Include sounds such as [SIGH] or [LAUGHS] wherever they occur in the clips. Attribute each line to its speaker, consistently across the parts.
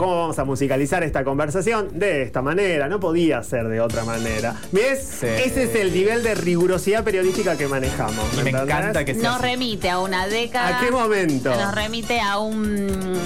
Speaker 1: ¿Cómo vamos a musicalizar esta conversación? De esta manera, no podía ser de otra manera. ¿Ves? Ese es el nivel de rigurosidad periodística que manejamos.
Speaker 2: Y me
Speaker 1: ¿entendés?
Speaker 2: encanta que sea
Speaker 3: Nos
Speaker 2: así.
Speaker 3: remite a una década.
Speaker 1: ¿A qué momento?
Speaker 3: Ah, Nos remite a un.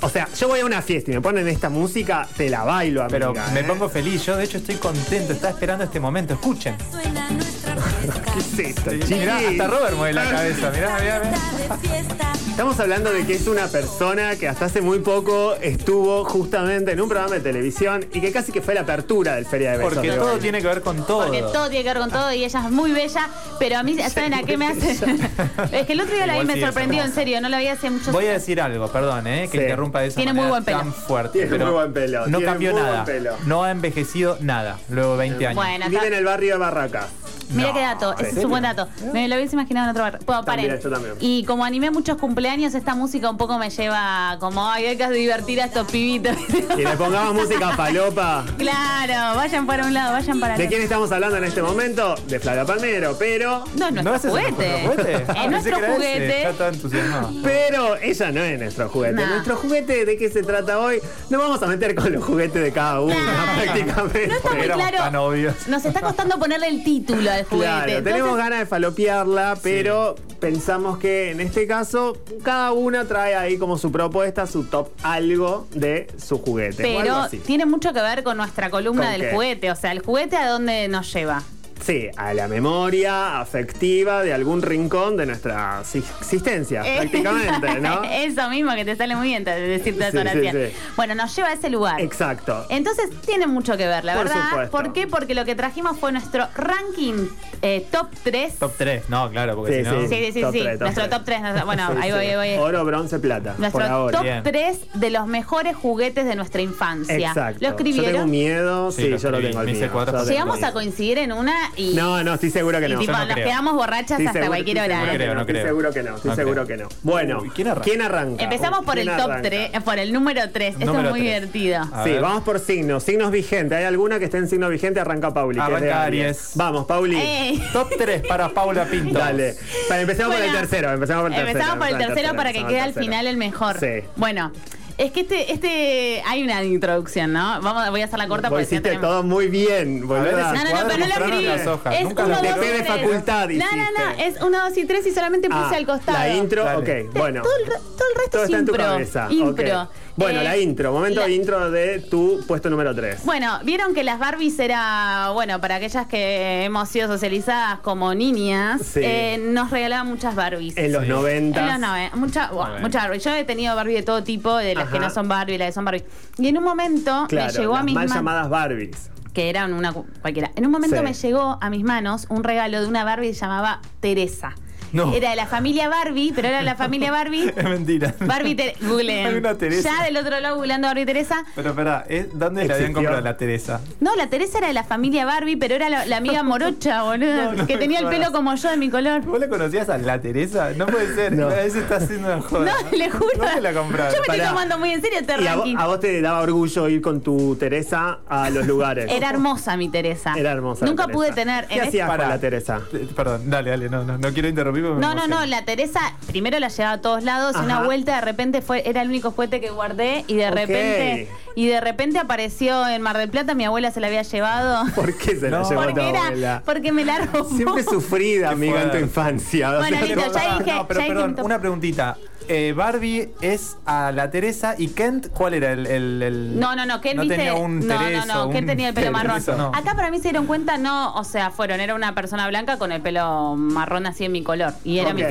Speaker 1: O sea, yo voy a una fiesta y me ponen esta música, te la bailo, amiga.
Speaker 2: Pero me
Speaker 1: ¿eh?
Speaker 2: pongo feliz, yo de hecho estoy contento, estaba esperando este momento, escuchen.
Speaker 4: Suena
Speaker 2: [LAUGHS]
Speaker 4: nuestra orquesta.
Speaker 1: ¿Qué es esto, chiqui?
Speaker 2: Mirá, hasta Robert mueve la cabeza, mirá, mirá, mirá.
Speaker 4: Está de fiesta.
Speaker 1: Estamos hablando de que es una persona que hasta hace muy poco estuvo justamente en un programa de televisión y que casi que fue la apertura del Feria de Besos.
Speaker 2: Porque
Speaker 1: de
Speaker 2: todo
Speaker 1: hoy.
Speaker 2: tiene que ver con todo.
Speaker 3: Porque todo tiene que ver con todo y ella es muy bella, pero a mí, ¿saben a qué
Speaker 1: [LAUGHS]
Speaker 3: me hace? [LAUGHS] es que el otro día la vi
Speaker 2: Igual
Speaker 3: me
Speaker 2: sí, es
Speaker 3: sorprendió, en
Speaker 2: hermosa.
Speaker 3: serio, no la vi hace mucho
Speaker 2: Voy a decir algo, perdón, eh, que
Speaker 1: Sí.
Speaker 2: interrumpa de esa
Speaker 3: Tiene muy
Speaker 2: manera
Speaker 3: buen pelo.
Speaker 2: tan fuerte.
Speaker 1: Tiene
Speaker 2: pero
Speaker 1: muy buen pelo,
Speaker 2: No
Speaker 1: tiene
Speaker 2: cambió
Speaker 1: muy
Speaker 2: nada.
Speaker 1: buen pelo.
Speaker 2: No ha envejecido nada, luego de 20 años.
Speaker 3: Bueno,
Speaker 1: Vive
Speaker 3: acá-
Speaker 1: en el barrio de Barracas.
Speaker 3: Mira
Speaker 2: No,
Speaker 3: qué dato,
Speaker 2: ¿en
Speaker 3: ese es un buen dato. Me lo hubiese imaginado en otro bar. Bueno,
Speaker 1: También,
Speaker 3: paren.
Speaker 1: yo también.
Speaker 3: Y como animé muchos cumpleaños, esta música un poco me lleva como, ay, hay que divertir a
Speaker 1: [LAUGHS]
Speaker 3: estos pibitos.
Speaker 1: Y le pongamos música palopa.
Speaker 3: claro, vayan para un lado, vayan para el
Speaker 1: ¿De
Speaker 3: otro.
Speaker 1: quién estamos hablando en este momento? De Flavia Palmero, pero.
Speaker 3: No, es nuestro
Speaker 2: ¿No es ese
Speaker 3: juguete.
Speaker 2: nuestro juguete? Ah,
Speaker 3: [LAUGHS]
Speaker 2: pensé
Speaker 3: Es nuestro
Speaker 2: que era ese, Ya
Speaker 3: juguete.
Speaker 2: estaba entusiasmado.
Speaker 1: Pero ella no es nuestro juguete.
Speaker 3: Nah.
Speaker 1: Nuestro juguete, ¿de qué se trata hoy? Nos vamos a meter con los juguetes de cada uno, [LAUGHS]
Speaker 3: Claro.
Speaker 1: prácticamente.
Speaker 3: No está muy
Speaker 2: éramos
Speaker 3: claro.
Speaker 2: tan obvios.
Speaker 3: Nos está costando ponerle el título al juguete.
Speaker 1: Claro,
Speaker 3: Entonces,
Speaker 1: tenemos ganas de falopearla, pero pensamos que en este caso cada una trae ahí como su propuesta, su top algo de su juguete. o algo
Speaker 3: Pero
Speaker 1: así.
Speaker 3: tiene mucho que ver con nuestra columna
Speaker 1: ¿Con
Speaker 3: del
Speaker 1: qué?
Speaker 3: juguete. O sea, el juguete a dónde nos lleva.
Speaker 1: Sí, a la memoria afectiva de algún rincón de nuestra si- existencia, Ah,
Speaker 3: Eh. [LAUGHS]
Speaker 1: prácticamente, ¿no?
Speaker 3: Eso mismo que te sale muy bien te- decirte
Speaker 1: Sí,
Speaker 3: esa oración.
Speaker 1: sí, sí.
Speaker 3: Bueno, nos lleva a ese lugar.
Speaker 1: Exacto.
Speaker 3: Entonces tiene mucho que ver, la
Speaker 1: Por
Speaker 3: verdad.
Speaker 1: supuesto.
Speaker 3: ¿Por qué? Porque lo que trajimos fue nuestro ranking eh, top 3.
Speaker 2: Top 3, no, claro, porque
Speaker 1: Sí,
Speaker 2: si no.
Speaker 3: Sí, sí, sí,
Speaker 1: Top
Speaker 3: sí.
Speaker 1: tres, top
Speaker 3: nuestro
Speaker 1: tres.
Speaker 3: top
Speaker 1: [LAUGHS]
Speaker 3: 3. bueno,
Speaker 1: Sí,
Speaker 3: ahí
Speaker 1: sí.
Speaker 3: voy, ahí voy.
Speaker 1: Oro, bronce, plata.
Speaker 3: Nuestro
Speaker 1: por ahora.
Speaker 3: top
Speaker 2: Bien.
Speaker 3: 3 de los mejores juguetes de nuestra infancia.
Speaker 1: Exacto.
Speaker 3: ¿Lo
Speaker 1: Yo tengo
Speaker 3: escribieron?
Speaker 1: miedo,
Speaker 2: Sí,
Speaker 1: sí,
Speaker 2: lo
Speaker 1: yo lo
Speaker 2: escribí.
Speaker 1: tengo al
Speaker 2: Me hice
Speaker 1: mío,
Speaker 2: cuatro
Speaker 1: yo lo tengo
Speaker 3: Llegamos
Speaker 1: al
Speaker 3: a
Speaker 1: mío.
Speaker 3: coincidir en una y,
Speaker 1: No, no, estoy seguro que
Speaker 3: y
Speaker 1: no.
Speaker 3: tipo,
Speaker 2: Yo no
Speaker 3: nos
Speaker 2: creo.
Speaker 3: quedamos borrachas
Speaker 1: Estoy
Speaker 3: hasta
Speaker 1: seguro-
Speaker 3: cualquier
Speaker 1: estoy
Speaker 3: hora. ¿eh?
Speaker 1: seguro
Speaker 2: No
Speaker 1: que
Speaker 2: creo, no
Speaker 1: estoy
Speaker 2: creo.
Speaker 1: seguro que no, estoy
Speaker 2: No
Speaker 1: seguro
Speaker 2: creo.
Speaker 1: que no. Bueno,
Speaker 2: Uy, ¿quién arranca?
Speaker 3: Empezamos por el
Speaker 1: ¿quién
Speaker 3: top
Speaker 1: arranca?
Speaker 3: 3, por el número 3. Esto
Speaker 2: Número
Speaker 3: es muy
Speaker 2: tres.
Speaker 3: divertido.
Speaker 2: A
Speaker 1: sí,
Speaker 2: ver.
Speaker 1: vamos por signos, signos vigentes. ¿Hay alguna que esté en signo vigente? Arranca Pauli. que es de
Speaker 2: Arranca
Speaker 1: Aries.
Speaker 2: Aries.
Speaker 1: Vamos, Pauli.
Speaker 3: Ey.
Speaker 2: Top 3 para Paula Pinto.
Speaker 1: Dale. Para, empecemos por
Speaker 3: Bueno,
Speaker 1: el tercero. Empezamos por el tercero.
Speaker 3: Empezamos por el tercero para que quede al final el mejor.
Speaker 1: Sí.
Speaker 3: Bueno, es que este, este hay una introducción, ¿no? Vamos, voy a hacer la corta
Speaker 1: Vos
Speaker 3: porque si no
Speaker 1: hiciste
Speaker 3: tenemos-
Speaker 1: todo muy bien, boluda.
Speaker 3: No, no,
Speaker 2: Cuadro
Speaker 3: no, pero no lo
Speaker 2: mostraron
Speaker 3: escribí.
Speaker 2: las hojas,
Speaker 3: Es
Speaker 2: nunca
Speaker 3: uno,
Speaker 2: las
Speaker 3: dos,
Speaker 1: dejé de
Speaker 3: tres.
Speaker 1: facultad,
Speaker 3: No, no, no,
Speaker 1: hiciste.
Speaker 3: es 1, 2 y 3 y solamente puse
Speaker 1: Ah,
Speaker 3: al costado.
Speaker 1: La intro,
Speaker 2: Dale.
Speaker 1: ok. Bueno.
Speaker 3: Todo el, re- todo el resto
Speaker 1: Todo
Speaker 3: es
Speaker 1: está en tu
Speaker 3: impro.
Speaker 1: cabeza.
Speaker 3: impro.
Speaker 1: ok. Bueno,
Speaker 3: Eh,
Speaker 1: la intro. Momento
Speaker 3: la-
Speaker 1: de intro de tu puesto número 3.
Speaker 3: Bueno, vieron que las Barbies era, bueno, para aquellas que hemos sido socializadas como niñas,
Speaker 1: Sí.
Speaker 3: eh, nos regalaban muchas Barbies.
Speaker 1: En los
Speaker 2: Sí.
Speaker 1: 90.
Speaker 3: En los 90, mucha, buah,
Speaker 2: bien.
Speaker 3: mucha Barbie. Yo he tenido Barbie de todo tipo, de las
Speaker 1: Ajá.
Speaker 3: que no son Barbie, las que son Barbie. Y en un momento
Speaker 1: Claro,
Speaker 3: me llegó a
Speaker 1: las
Speaker 3: mis
Speaker 1: mal
Speaker 3: manos,
Speaker 1: llamadas Barbies.
Speaker 3: que eran una cu- cualquiera. En un momento
Speaker 1: Sí.
Speaker 3: me llegó a mis manos un regalo de una Barbie que se llamaba Teresa.
Speaker 2: No.
Speaker 3: Era de la familia Barbie, pero era de la familia Barbie.
Speaker 2: [LAUGHS] Es mentira.
Speaker 3: Barbie Teresa.
Speaker 2: Hay una Teresa.
Speaker 3: Ya del otro lado googleando Barbie Teresa.
Speaker 2: Pero espera, ¿eh? ¿dónde la habían
Speaker 1: Existió.
Speaker 2: comprado la Teresa?
Speaker 3: No, la Teresa era de la familia Barbie, pero era la, la
Speaker 1: [LAUGHS]
Speaker 3: amiga morocha, boludo.
Speaker 2: No, no
Speaker 3: que
Speaker 2: me
Speaker 3: tenía el
Speaker 2: jodas.
Speaker 3: pelo como yo de mi color.
Speaker 2: ¿Vos la conocías a la Teresa? No puede ser,
Speaker 1: No.
Speaker 2: a veces está haciendo una joda.
Speaker 3: No, le juro.
Speaker 2: ¿Dónde la compraron?
Speaker 3: Yo me
Speaker 1: Pará.
Speaker 3: estoy tomando muy en serio este
Speaker 1: Y a, vo-
Speaker 3: ranking.
Speaker 1: a vos te daba orgullo ir con tu Teresa a los lugares.
Speaker 3: Era hermosa mi Teresa.
Speaker 1: Era hermosa. la
Speaker 3: Nunca
Speaker 1: Teresa.
Speaker 3: pude tener.
Speaker 1: ¿Qué
Speaker 3: en
Speaker 1: hacías
Speaker 2: Pará.
Speaker 1: con la Teresa?
Speaker 2: Eh, Perdón, dale, dale, no, no, no quiero interrumpir. porque me
Speaker 3: No, no, no,
Speaker 2: emociono.
Speaker 3: la Teresa primero la llevaba a todos lados y una
Speaker 1: Ajá.
Speaker 3: vuelta de repente fue era el único juguete que guardé y de
Speaker 1: Ok.
Speaker 3: repente y de repente apareció en Mar del Plata, mi abuela se la
Speaker 1: [LAUGHS]
Speaker 3: había llevado.
Speaker 1: ¿Por qué se la
Speaker 2: No.
Speaker 1: llevó tu
Speaker 3: Porque era-
Speaker 1: abuela?
Speaker 3: porque me la robó.
Speaker 1: Siempre sufrida, amiga, en tu
Speaker 2: fuerte.
Speaker 1: infancia.
Speaker 3: Bueno,
Speaker 1: O sea,
Speaker 3: listo, ya
Speaker 2: pará,
Speaker 3: dije-
Speaker 2: no, pero
Speaker 3: ya dije
Speaker 2: perdón,
Speaker 3: mi top.
Speaker 2: una preguntita. Eh, Barbie es a la Teresa y Kent, ¿cuál era el...? el- el-
Speaker 3: No, no, no, que él viste.
Speaker 2: tenía un
Speaker 3: no,
Speaker 2: Tereso,
Speaker 3: no, no, que él
Speaker 2: un
Speaker 3: tenía el pelo marrón.
Speaker 2: Tereso, no.
Speaker 3: Acá para mí se dieron cuenta, no, o sea, fueron, era una persona blanca con el pelo marrón así en mi color. Y era mi
Speaker 1: Ok.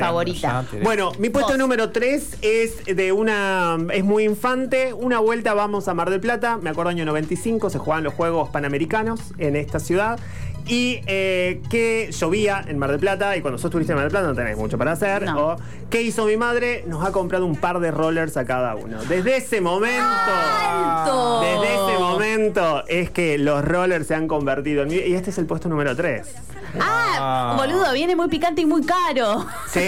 Speaker 2: Ya,
Speaker 3: favorita.
Speaker 2: Teresa.
Speaker 1: Bueno, mi puesto
Speaker 3: Vos.
Speaker 1: número 3 es de una. Es muy infante. Una vuelta vamos a Mar del Plata. Me acuerdo año 95, se jugaban los Juegos Panamericanos en esta ciudad. Y eh, que llovía en Mar del Plata. Y cuando sos turista en Mar del Plata no tenés mucho para hacer.
Speaker 3: No.
Speaker 1: O, ¿Qué hizo mi madre? Nos ha comprado un par de rollers a cada uno. Desde ese momento.
Speaker 3: ¡Alto!
Speaker 1: Desde ese momento es que los rollers se han convertido en. mi- Y este es el puesto número 3.
Speaker 3: Ah,
Speaker 2: Ah.
Speaker 3: boludo, viene muy picante y muy caro.
Speaker 1: Sí,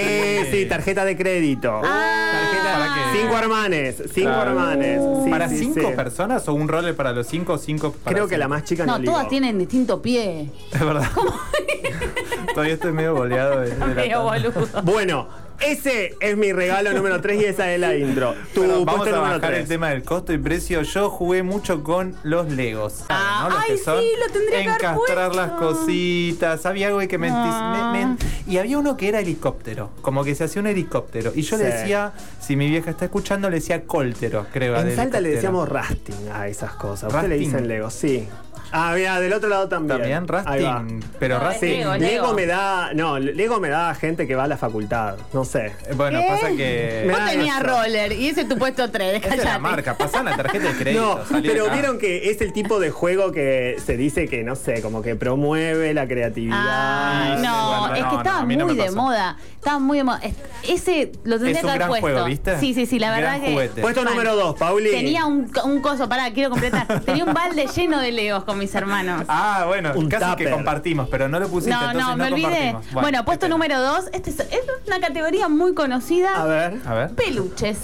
Speaker 1: sí, tarjeta de crédito. Tarjeta
Speaker 3: Ah.
Speaker 2: Oh, ¿Para qué?
Speaker 1: Cinco hermanes, cinco
Speaker 2: Claro.
Speaker 1: hermanes. Sí,
Speaker 2: ¿Para
Speaker 1: sí,
Speaker 2: cinco
Speaker 1: sí.
Speaker 2: personas o un roller para los cinco o cinco para
Speaker 1: Creo que la
Speaker 2: cinco?
Speaker 1: más chica no,
Speaker 3: No,
Speaker 1: ligó.
Speaker 3: todas tienen distinto pie.
Speaker 2: Es verdad. [LAUGHS] Todavía estoy medio boleado de, de la
Speaker 3: Medio
Speaker 2: tanda. [LAUGHS]
Speaker 3: boludo.
Speaker 1: Bueno, Ese es mi regalo número 3 y esa es la intro. Tu
Speaker 2: Perdón, vamos
Speaker 1: puesto
Speaker 2: a
Speaker 1: número
Speaker 2: bajar
Speaker 1: 3.
Speaker 2: el tema del costo y precio. Yo jugué mucho con los Legos.
Speaker 3: Ah,
Speaker 2: ¿saben, no? Los
Speaker 3: ay, sí, lo tendría que haber
Speaker 2: Encastrar
Speaker 3: puesto.
Speaker 2: las cositas. Había algo que me,
Speaker 3: Ah.
Speaker 2: me- me- Y había uno que era helicóptero. Como que se hacía un helicóptero. Y yo le
Speaker 1: Sí.
Speaker 2: decía, si mi vieja está escuchando, le decía coltero, creo. al
Speaker 1: En Salta le
Speaker 2: helicóptero.
Speaker 1: decíamos rasting a esas cosas. Usted le
Speaker 2: Rafting.
Speaker 1: dicen Lego, sí. Ah, mira, del otro lado también.
Speaker 2: También
Speaker 1: Ahí va.
Speaker 2: Rasting. Pero
Speaker 3: No, es
Speaker 2: Rasting.
Speaker 1: Sí, Lego,
Speaker 3: Lego, Lego.
Speaker 1: me da. No, Lego me da gente que va a la facultad. No sé.
Speaker 2: Eh, Bueno,
Speaker 3: ¿Qué?
Speaker 2: pasa
Speaker 1: Me
Speaker 2: que.
Speaker 3: Vos
Speaker 1: da
Speaker 3: tenías
Speaker 1: gracia.
Speaker 3: roller y ese es tu puesto 3,
Speaker 2: Esa es la
Speaker 3: callate.
Speaker 2: marca. Pasá la tarjeta de crédito.
Speaker 1: [LAUGHS] No,
Speaker 2: salí de
Speaker 1: pero
Speaker 2: acá.
Speaker 1: vieron que es el tipo de juego que se dice que, no sé, como que promueve la creatividad.
Speaker 3: Ay, Ah, no,
Speaker 2: Bueno,
Speaker 3: es que
Speaker 2: no,
Speaker 3: estaba
Speaker 2: no, a mí no
Speaker 3: muy
Speaker 2: me
Speaker 3: de
Speaker 2: pasa.
Speaker 3: moda. Estaba muy de moda. Es- Ese lo tendría
Speaker 2: Es
Speaker 3: que
Speaker 2: un
Speaker 3: haber
Speaker 2: gran
Speaker 3: puesto.
Speaker 2: juego, ¿viste?
Speaker 3: Sí, sí, sí, la verdad
Speaker 2: Gran
Speaker 3: que.
Speaker 2: juguete.
Speaker 1: Puesto
Speaker 3: Fan.
Speaker 1: número 2, Pauli.
Speaker 3: Tenía un, un coso, pará,
Speaker 1: [LAUGHS]
Speaker 3: quiero completar. Tenía un balde lleno de leos con mis hermanos.
Speaker 2: Ah, bueno,
Speaker 1: Un
Speaker 2: casi
Speaker 1: tupper.
Speaker 2: que compartimos, pero no lo pusiste.
Speaker 3: no,
Speaker 2: entonces
Speaker 3: no, me olvidé.
Speaker 2: compartimos.
Speaker 3: Bueno, puesto
Speaker 2: qué pena.
Speaker 3: número 2. Este es, es una categoría muy conocida.
Speaker 1: A ver.
Speaker 2: A
Speaker 3: [LAUGHS]
Speaker 2: ver.
Speaker 3: Peluches.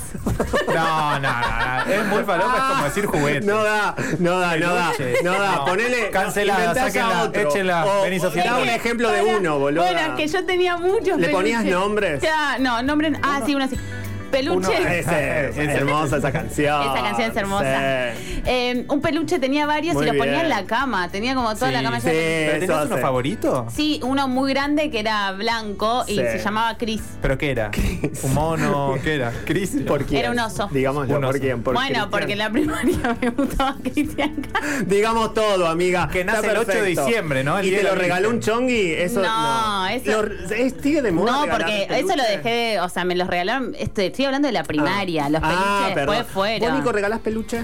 Speaker 2: No, no, no, no. Es muy falopa, es como decir juguete.
Speaker 1: Ah. No da, no da, no da,
Speaker 2: Peluche.
Speaker 1: no da.
Speaker 2: No.
Speaker 1: Ponele.
Speaker 2: Cancelada,
Speaker 1: inventás a
Speaker 2: sáquenla,
Speaker 1: otro.
Speaker 2: échenla,
Speaker 1: O-
Speaker 2: vení, Sofía.
Speaker 1: Da un
Speaker 3: Es que,
Speaker 1: ejemplo de
Speaker 3: para-
Speaker 1: uno, boludo.
Speaker 3: Bueno, es que yo tenía muchos
Speaker 1: ¿Le
Speaker 3: peluches.
Speaker 1: ponías nombres?
Speaker 3: Ya, no, nombres. Ah, sí, uno sí. Peluches.
Speaker 1: Ese,
Speaker 2: [LAUGHS]
Speaker 1: es hermosa esa canción.
Speaker 3: Esa canción es hermosa.
Speaker 1: Sí.
Speaker 3: Eh, un peluche tenía varios
Speaker 1: Muy
Speaker 3: y lo ponía
Speaker 1: bien.
Speaker 3: en la cama. Tenía como toda
Speaker 2: Sí,
Speaker 3: la cama
Speaker 1: sí.
Speaker 3: llena de
Speaker 2: ¿Pero
Speaker 1: Eso
Speaker 2: tenías uno
Speaker 1: hace.
Speaker 2: favorito?
Speaker 3: Sí, uno muy grande que era blanco y
Speaker 1: Sí.
Speaker 3: se llamaba Chris.
Speaker 2: ¿Pero qué era? ¿Un mono? ¿Qué era? ¿Cris?
Speaker 1: [LAUGHS] ¿Por quién?
Speaker 3: Era un oso.
Speaker 1: Digámoslo,
Speaker 2: Un
Speaker 1: ¿por
Speaker 2: oso.
Speaker 1: quién? ¿Por
Speaker 3: bueno,
Speaker 1: Cristian?
Speaker 3: porque en la primaria [LAUGHS] me gustaba Cristian Castro.
Speaker 1: Digamos todo, amiga.
Speaker 2: Que nace
Speaker 1: Está
Speaker 2: el 8 de
Speaker 1: perfecto.
Speaker 2: diciembre, ¿no? El
Speaker 1: y
Speaker 2: día
Speaker 1: te
Speaker 2: de
Speaker 1: lo
Speaker 2: la
Speaker 1: regaló
Speaker 2: Virgen.
Speaker 1: un chongi, eso no.
Speaker 3: No, eso-
Speaker 1: Lo- es sigue de moda.
Speaker 3: No,
Speaker 1: regalar
Speaker 3: porque
Speaker 1: peluches. Ah.
Speaker 3: eso lo dejé de. O sea, me los regalaron. Estoy, estoy hablando de la primaria. Los peluches
Speaker 1: ah, perdón.
Speaker 3: después fueron.
Speaker 1: ¿Vos, Nico, regalás peluche?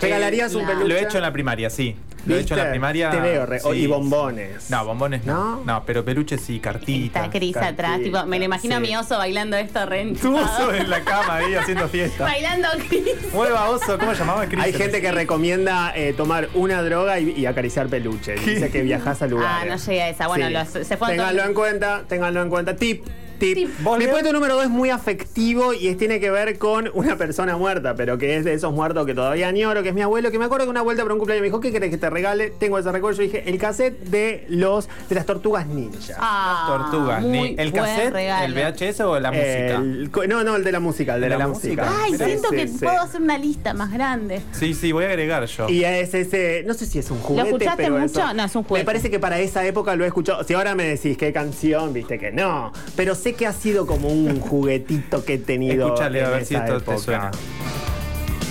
Speaker 1: ¿Regalarías un
Speaker 3: no.
Speaker 1: peluche?
Speaker 2: Lo he hecho en la primaria, sí. Lo he hecho en
Speaker 1: ¿Viste?
Speaker 2: la primaria.
Speaker 1: Te veo, re-
Speaker 2: sí.
Speaker 1: y bombones.
Speaker 2: No, bombones no.
Speaker 1: ¿No?
Speaker 2: No, pero peluches sí, cartitas.
Speaker 3: Está Cris atrás.
Speaker 1: Cantita,
Speaker 3: Tipo, me lo imagino a
Speaker 2: sí.
Speaker 3: mi oso bailando esto re
Speaker 2: Tu
Speaker 3: enchufado.
Speaker 2: oso en la cama ahí haciendo fiesta.
Speaker 3: Bailando Cris.
Speaker 2: Mueva oso, ¿cómo llamaba Cris?
Speaker 1: Hay gente que recomienda eh, tomar una droga y, y acariciar peluche. Dice que viajás a lugares.
Speaker 3: Ah, no llegué a esa. Bueno, lo- se fueron
Speaker 1: Ténganlo
Speaker 3: todos-
Speaker 1: en cuenta, ténganlo en cuenta. Tip. Tip.
Speaker 3: Tip.
Speaker 2: ¿Vos,
Speaker 1: Mi
Speaker 2: Leo?
Speaker 1: puesto número dos es muy afectivo y es- tiene que ver con una persona muerta, pero que es de esos muertos que todavía añoro, que es mi abuelo, que me acuerdo que una vuelta para un cumpleaños me dijo, ¿qué querés que te regale? Tengo ese recuerdo, yo dije, el cassette de los de las tortugas ninja.
Speaker 3: Ah,
Speaker 2: Tortugas,
Speaker 3: muy
Speaker 2: ni el
Speaker 3: buen
Speaker 2: cassette,
Speaker 3: regalo.
Speaker 2: el VHS o la música.
Speaker 1: El- co- no, no, el de la música, el de, la, música.
Speaker 2: música.
Speaker 3: Ay,
Speaker 1: Sí,
Speaker 3: siento
Speaker 1: sí,
Speaker 3: que
Speaker 1: sí.
Speaker 3: puedo hacer una lista más grande.
Speaker 2: Sí, sí, voy a agregar yo.
Speaker 1: Y es ese, no sé si es un juguete.
Speaker 3: escuchaste
Speaker 1: pero
Speaker 3: mucho?
Speaker 1: eso-
Speaker 3: No, es un juguete.
Speaker 1: Me parece que para esa época lo he escuchado. Si ahora me decís qué canción, viste que no. Pero sé que ha sido como
Speaker 3: [LAUGHS]
Speaker 1: un juguetito que he tenido.
Speaker 2: Escúchale a
Speaker 1: en
Speaker 2: ver si
Speaker 1: esa
Speaker 2: esto
Speaker 1: época.
Speaker 2: te suena.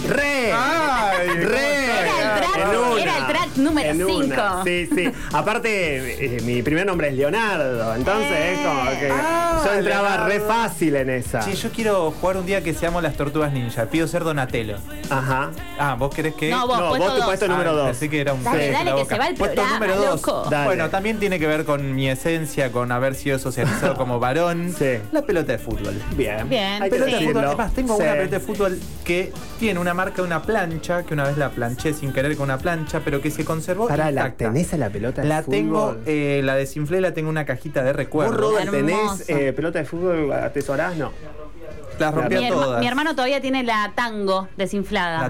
Speaker 1: ¡Re!
Speaker 2: ¡Ay!
Speaker 1: ¡Re!
Speaker 3: Era el track-
Speaker 1: En una,
Speaker 3: era el track número
Speaker 1: en una.
Speaker 3: cinco.
Speaker 1: Sí, sí. Aparte, eh, mi primer nombre es Leonardo. Entonces,
Speaker 3: Eh.
Speaker 1: es como que
Speaker 2: Ah,
Speaker 1: yo entraba re
Speaker 2: Leonardo.
Speaker 1: fácil en esa.
Speaker 2: Che, yo quiero jugar un día que seamos las tortugas ninja. Pido ser Donatello.
Speaker 1: Ajá.
Speaker 2: Ah, ¿vos querés que.?
Speaker 3: No, vos,
Speaker 1: No,
Speaker 3: puesto
Speaker 1: vos tu
Speaker 3: dos.
Speaker 1: puesto número
Speaker 2: Ah,
Speaker 1: dos.
Speaker 2: Pensé que era un.
Speaker 3: Dale,
Speaker 2: sí,
Speaker 3: dale,
Speaker 2: la
Speaker 3: que
Speaker 2: boca.
Speaker 3: se va el
Speaker 2: Puesto
Speaker 3: programa,
Speaker 2: número dos.
Speaker 3: loco.
Speaker 1: Dale.
Speaker 2: Bueno, también tiene que ver con mi esencia, con haber
Speaker 1: [LAUGHS]
Speaker 2: sido socializado como varón.
Speaker 1: Sí.
Speaker 2: La pelota de fútbol.
Speaker 1: Bien.
Speaker 3: Bien,
Speaker 1: Hay que
Speaker 2: Pelota de
Speaker 1: decirlo.
Speaker 2: fútbol. Además, tengo
Speaker 1: Sí.
Speaker 2: una pelota de fútbol que tiene una marca de una plancha, que una vez la planché sin querer con una plancha, pero que se conservó.
Speaker 1: Pará, ¿la
Speaker 2: Oh, intacta.
Speaker 1: tenés a la pelota de
Speaker 2: La
Speaker 1: fútbol?
Speaker 2: tengo, eh, la desinflé, la tengo en una cajita de
Speaker 1: ¿Vos,
Speaker 2: recuerdo.
Speaker 1: Robert, tenés
Speaker 3: Hermoso.
Speaker 1: eh, pelota de fútbol atesorás? No.
Speaker 2: Las rompí
Speaker 3: Mi,
Speaker 2: a
Speaker 3: herma-
Speaker 2: todas.
Speaker 3: mi hermano todavía tiene la tango desinflada.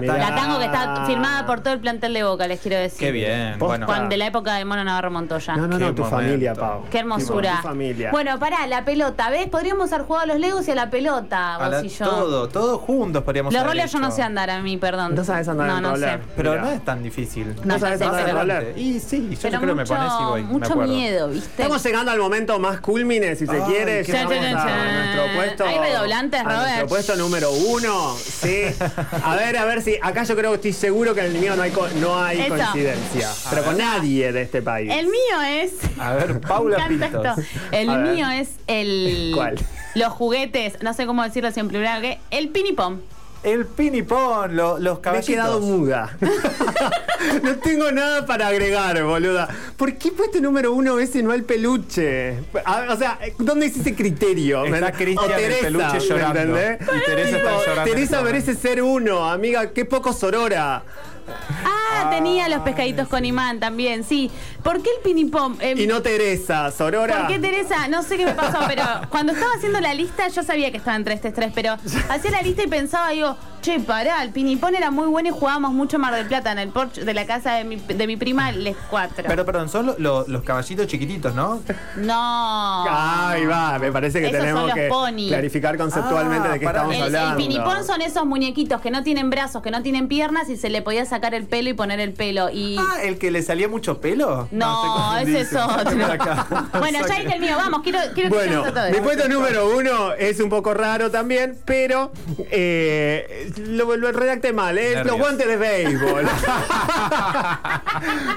Speaker 2: La
Speaker 3: La,
Speaker 2: tango.
Speaker 3: tango que
Speaker 1: Mirá.
Speaker 3: está firmada por todo el plantel de Boca, les quiero decir.
Speaker 2: Qué bien.
Speaker 1: Posta.
Speaker 2: Bueno,
Speaker 3: Cuando- de la época de Mono Navarro Montoya.
Speaker 1: No, no,
Speaker 2: Qué
Speaker 1: no, tu
Speaker 2: momento.
Speaker 1: familia, Pau.
Speaker 3: Ah. Qué hermosura.
Speaker 1: Tu familia.
Speaker 3: Bueno, pará, la pelota, ¿ves? Podríamos haber jugado a los Legos y a la pelota,
Speaker 2: a
Speaker 3: vos
Speaker 2: la-
Speaker 3: y yo.
Speaker 2: todo, todos juntos podríamos
Speaker 3: Los
Speaker 2: haber
Speaker 3: roles yo
Speaker 2: hecho.
Speaker 3: no sé andar a mí, perdón.
Speaker 1: No sabes andar
Speaker 3: no,
Speaker 1: en
Speaker 3: no
Speaker 1: roller.
Speaker 3: Sé.
Speaker 2: Pero
Speaker 1: Mirá.
Speaker 2: no es tan difícil.
Speaker 3: No,
Speaker 1: No sabes
Speaker 3: sé,
Speaker 1: andar en
Speaker 3: pero-
Speaker 1: roller.
Speaker 2: Y sí, yo creo
Speaker 3: Pero
Speaker 2: que me
Speaker 3: mucho,
Speaker 2: pones y voy. me
Speaker 3: mucho
Speaker 2: acuerdo.
Speaker 3: miedo, ¿viste?
Speaker 1: Estamos llegando al momento más culmine, si se
Speaker 2: Ay,
Speaker 1: quiere.
Speaker 2: qué
Speaker 1: Llegamos
Speaker 3: chan,
Speaker 1: a
Speaker 3: chan.
Speaker 1: nuestro puesto.
Speaker 3: Hay redoblantes,
Speaker 1: a Nuestro
Speaker 3: Robert.
Speaker 1: puesto número uno.
Speaker 3: [LAUGHS]
Speaker 1: Sí. A ver, a ver si. Acá yo creo que estoy seguro que en el mío no hay, co- no hay
Speaker 3: Eso.
Speaker 1: coincidencia. Pero con nadie de este país.
Speaker 3: El mío
Speaker 1: [LAUGHS]
Speaker 3: es.
Speaker 2: A ver,
Speaker 3: [LAUGHS] Me
Speaker 2: Paula
Speaker 3: encanta
Speaker 2: Pintos.
Speaker 3: esto. El
Speaker 1: A ver.
Speaker 3: mío es el.
Speaker 1: [LAUGHS] ¿Cuál?
Speaker 3: Los juguetes, no sé cómo decirlo si en plural, ¿qué? el pinipom.
Speaker 2: El pinipón, lo- los
Speaker 1: Me he
Speaker 2: caballitos.
Speaker 1: quedado muda. [LAUGHS] no tengo nada para agregar, boluda. ¿Por qué puesto número uno ese no el peluche? A- O sea, ¿dónde es ese criterio?
Speaker 2: Está
Speaker 1: ¿Me-
Speaker 2: Cristian
Speaker 1: o
Speaker 2: el peluche
Speaker 1: ¿me
Speaker 2: llorando.
Speaker 1: entendés?
Speaker 2: Y Teresa está
Speaker 1: Tipo,
Speaker 2: llorando en
Speaker 1: Teresa
Speaker 2: este momento.
Speaker 1: merece ser uno, amiga. Qué poco sorora.
Speaker 3: Ah, tenía los pescaditos
Speaker 1: Ah,
Speaker 3: con imán también, sí. ¿Por qué el pinipom? Eh,
Speaker 1: Y no Teresa, sorora.
Speaker 3: ¿Por qué Teresa? No sé qué me este pasó, pero cuando estaba haciendo la lista yo sabía que estaba entre estos tres, pero hacía la lista y pensaba, digo, che, pará, el pinipón era muy bueno y jugábamos mucho Mar del Plata en el porche de la casa de mi, de mi prima, les cuatro.
Speaker 2: Pero perdón, son lo- lo- los caballitos chiquititos, ¿no?
Speaker 3: no.
Speaker 1: Ahí va, me parece que
Speaker 3: Esos son
Speaker 1: tenemos
Speaker 3: los
Speaker 1: que
Speaker 3: pony.
Speaker 1: clarificar conceptualmente
Speaker 2: Ah,
Speaker 1: de qué
Speaker 2: pará.
Speaker 1: estamos
Speaker 3: El, el
Speaker 1: hablando.
Speaker 3: pinipón son esos muñequitos que no tienen brazos, que no tienen piernas y se le podía sacar el pelo y poner el pelo. Y
Speaker 2: Ah, el que le salía mucho pelo. Ah,
Speaker 3: No,
Speaker 2: estoy
Speaker 3: ese es otro.
Speaker 2: confundida. Acá.
Speaker 3: [LAUGHS] bueno, ya dije el mío, vamos, quiero, quiero
Speaker 1: Bueno,
Speaker 3: escucharlos a
Speaker 1: mi
Speaker 3: todos.
Speaker 1: puesto número uno es un poco raro también, pero eh, lo, lo redacté mal, es
Speaker 2: Nervios.
Speaker 1: los guantes de
Speaker 2: [LAUGHS]
Speaker 1: béisbol.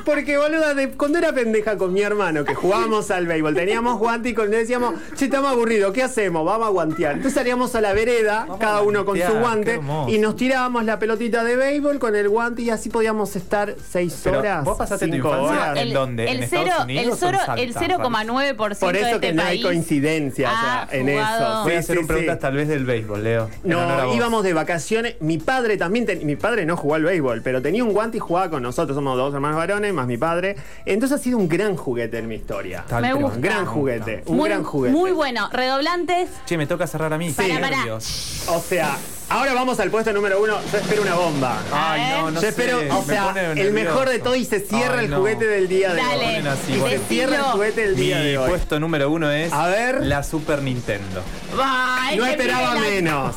Speaker 1: Porque, boluda, de- cuando era pendeja con mi hermano, que jugábamos al béisbol, teníamos guantes y con- le decíamos, che, estamos aburridos, ¿qué hacemos? Vamos a guantear. Entonces salíamos a la vereda,
Speaker 2: Vamos
Speaker 1: cada
Speaker 2: a
Speaker 1: uno con
Speaker 2: guantear,
Speaker 1: su
Speaker 2: qué
Speaker 1: guante,
Speaker 2: hermoso.
Speaker 1: y nos tirábamos la pelotita de béisbol con el guante y así podíamos estar seis
Speaker 2: Pero,
Speaker 1: horas.
Speaker 2: ¿vos pasaste tu
Speaker 1: cinco
Speaker 2: infancia
Speaker 1: horas.
Speaker 2: en dónde? ¿En
Speaker 3: El,
Speaker 2: Estados
Speaker 3: cero- el,
Speaker 2: Unidos o en
Speaker 3: cero-
Speaker 2: Salta,
Speaker 3: el 0,9%
Speaker 1: Por
Speaker 3: de
Speaker 1: eso
Speaker 3: este
Speaker 1: que no hay
Speaker 3: país
Speaker 1: coincidencia o sea,
Speaker 3: ha
Speaker 1: en eso.
Speaker 3: jugado-
Speaker 2: Voy
Speaker 1: Sí,
Speaker 2: a hacer
Speaker 1: sí,
Speaker 2: un preguntas
Speaker 1: sí.
Speaker 2: tal vez del béisbol, Leo. en honor a
Speaker 1: No,
Speaker 2: vos.
Speaker 1: íbamos de vacaciones. Mi padre también, ten- mi padre no jugó al béisbol, pero tenía un guante y jugaba con nosotros. Somos dos hermanos varones, más mi padre. Entonces ha sido un gran juguete en mi historia.
Speaker 2: Tal,
Speaker 3: Me
Speaker 2: pero-
Speaker 3: gusta.
Speaker 1: Un gran juguete, un
Speaker 3: muy,
Speaker 1: gran juguete.
Speaker 3: muy bueno. Redoblantes.
Speaker 2: Che, me toca cerrar a mí.
Speaker 3: Pará,
Speaker 2: qué
Speaker 3: pará.
Speaker 2: nervios.
Speaker 1: O sea, ahora vamos al puesto número uno. Yo espero una bomba.
Speaker 2: Ay, no, no
Speaker 1: Yo
Speaker 2: sé.
Speaker 1: espero, o
Speaker 2: me
Speaker 1: sea,
Speaker 2: pone
Speaker 1: el
Speaker 2: nervioso.
Speaker 1: mejor de todo y se cierra
Speaker 2: Ay,
Speaker 1: el
Speaker 2: no.
Speaker 1: juguete del día de
Speaker 3: Dale.
Speaker 1: hoy.
Speaker 2: Ponen así,
Speaker 1: Y se
Speaker 2: bueno.
Speaker 1: cierra el
Speaker 3: Decilo.
Speaker 1: juguete del día
Speaker 2: Mi
Speaker 1: de hoy.
Speaker 2: puesto número uno es
Speaker 1: A ver.
Speaker 2: la Super Nintendo.
Speaker 3: Bah,
Speaker 1: No
Speaker 3: este
Speaker 1: esperaba
Speaker 3: pibe la-
Speaker 1: menos.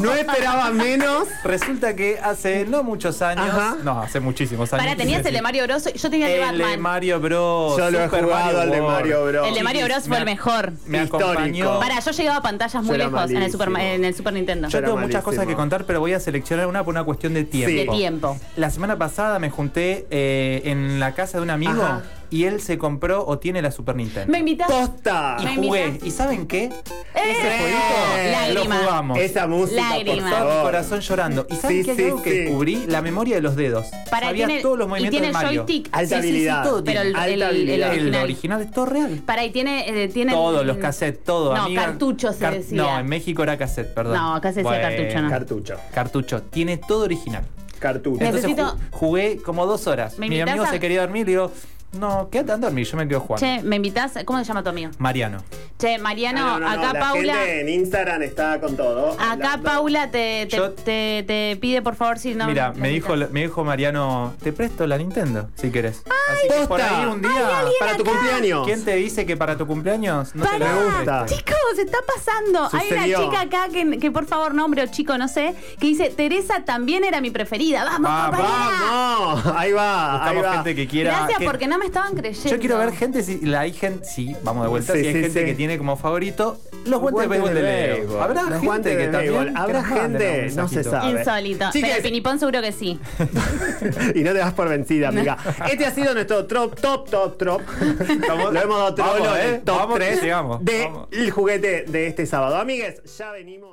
Speaker 1: No esperaba menos.
Speaker 2: Resulta que hace no muchos años,
Speaker 1: Ajá.
Speaker 2: no, hace muchísimos años.
Speaker 3: Pará, tenías
Speaker 2: quiero
Speaker 3: el de
Speaker 2: decir.
Speaker 3: Mario Bros. Yo tenía el de
Speaker 2: El
Speaker 3: Batman.
Speaker 2: de Mario Bros.
Speaker 1: Yo lo he
Speaker 2: Super
Speaker 1: jugado al de
Speaker 2: World.
Speaker 1: Mario Bros.
Speaker 3: El de Mario Bros. fue el mejor.
Speaker 2: Me
Speaker 1: Histórico.
Speaker 2: acompañó.
Speaker 3: Pará, yo llegaba a pantallas muy
Speaker 1: Yo era
Speaker 3: lejos en el,
Speaker 1: malísimo.
Speaker 3: Super, en el Super Nintendo.
Speaker 2: Yo
Speaker 1: era
Speaker 2: tengo muchas
Speaker 1: malísimo.
Speaker 2: cosas que contar, pero voy a seleccionar una por una cuestión de tiempo.
Speaker 3: de tiempo.
Speaker 2: La semana pasada me junté eh, en la casa de un amigo
Speaker 1: Ajá.
Speaker 2: y él se compró o tiene la Super Nintendo.
Speaker 3: ¿Me invitas?
Speaker 1: Posta.
Speaker 2: y
Speaker 3: Me
Speaker 2: jugué.
Speaker 3: invitaste.
Speaker 2: ¿Y saben qué? Ese
Speaker 1: Eh,
Speaker 2: jueguito
Speaker 3: lágrima.
Speaker 2: lo jugamos.
Speaker 1: Esa música,
Speaker 3: Lágrima.
Speaker 1: por
Speaker 2: Estaba mi
Speaker 1: favor.
Speaker 2: corazón llorando. ¿Y saben
Speaker 1: Oh. Sí,
Speaker 2: qué hay
Speaker 1: sí,
Speaker 2: algo
Speaker 1: sí.
Speaker 2: que descubrí? La memoria de los dedos.
Speaker 3: Pará,
Speaker 2: Sabía
Speaker 3: tiene-
Speaker 2: todos los
Speaker 3: y
Speaker 2: movimientos
Speaker 3: tiene
Speaker 2: de Mario.
Speaker 3: joystick.
Speaker 1: Alta
Speaker 2: Sí, sí, sí,
Speaker 1: habilidad.
Speaker 2: todo
Speaker 3: Pero el-
Speaker 2: tiene.
Speaker 1: Alta
Speaker 3: el- el
Speaker 1: habilidad.
Speaker 2: El
Speaker 3: original.
Speaker 2: original es todo real.
Speaker 3: Para ahí tiene, eh, tiene
Speaker 2: Todos los cassettes, todo.
Speaker 3: No,
Speaker 2: amiga.
Speaker 3: cartucho se
Speaker 2: Car-
Speaker 3: decía.
Speaker 2: No, en México era cassette, perdón.
Speaker 3: No, acá se decía cartucho, ¿no?
Speaker 1: Cartucho.
Speaker 2: Cartucho. Tiene todo original.
Speaker 1: Cartucho.
Speaker 2: Entonces
Speaker 3: Necesito-
Speaker 2: ju- jugué como dos horas.
Speaker 3: ¿Me
Speaker 2: Mi
Speaker 3: invitás
Speaker 2: amigo
Speaker 3: a-
Speaker 2: se quería dormir y digo, no, quédate a dormir, yo me quedo jugando.
Speaker 3: Che, ¿me invitas? ¿Cómo se llama tu amigo?
Speaker 2: Mariano.
Speaker 3: Che, Mariano,
Speaker 1: Ah, no, no,
Speaker 3: acá
Speaker 1: no, la
Speaker 3: Paula.
Speaker 1: gente en Instagram está con todo.
Speaker 3: Acá
Speaker 1: hablando.
Speaker 3: Paula te, te,
Speaker 2: Yo-
Speaker 3: te- te pide por favor si no.
Speaker 2: Mira,
Speaker 3: no
Speaker 2: me dijo,
Speaker 3: invitas.
Speaker 2: me dijo Mariano, te presto la Nintendo, si querés. Así
Speaker 1: ¡Posta!
Speaker 2: que por ahí un
Speaker 3: Hay
Speaker 2: día.
Speaker 3: alguien
Speaker 1: Para tu cumpleaños.
Speaker 2: ¿Quién te dice que para tu cumpleaños no
Speaker 3: Pará,
Speaker 2: te lo
Speaker 1: Me gusta.
Speaker 3: Chicos, está pasando. Hay
Speaker 1: Sucedió.
Speaker 3: una chica acá que, que, por favor nombre o chico, no sé, que dice Teresa también era mi preferida. Vamos,
Speaker 2: Va,
Speaker 3: compañera.
Speaker 1: ¡Vamos! Ahí va. Ahí
Speaker 2: Buscamos
Speaker 1: va.
Speaker 2: gente que Ah, quiera.
Speaker 3: Gracias
Speaker 2: que-
Speaker 3: porque no me estaban creyendo.
Speaker 2: Yo quiero ver gente, si la hay gente, sí, vamos de vuelta,
Speaker 1: Sí,
Speaker 2: si hay
Speaker 1: sí,
Speaker 2: gente
Speaker 1: sí.
Speaker 2: que tiene como favorito los guantes de béisbol de Leo.
Speaker 1: béisbol.
Speaker 2: Habrá
Speaker 1: Los guantes
Speaker 2: gente que
Speaker 1: de
Speaker 2: también.
Speaker 1: béisbol. Habrá
Speaker 2: que nos manden
Speaker 1: gente,
Speaker 2: un
Speaker 1: no se
Speaker 2: mensajito.
Speaker 1: sabe.
Speaker 3: Insólito.
Speaker 1: Chicas-
Speaker 3: Pero Pinipón seguro que sí.
Speaker 1: [LAUGHS] y no te vas por vencida, amiga. Este ha sido nuestro top, top, top, top.
Speaker 2: Estamos-
Speaker 1: Lo hemos dado
Speaker 2: Vamos,
Speaker 1: trolo en
Speaker 2: eh.
Speaker 1: el top
Speaker 2: Vamos que
Speaker 1: 3
Speaker 2: llegamos. Vamos.
Speaker 1: del juguete de este sábado. Amigues, ya venimos.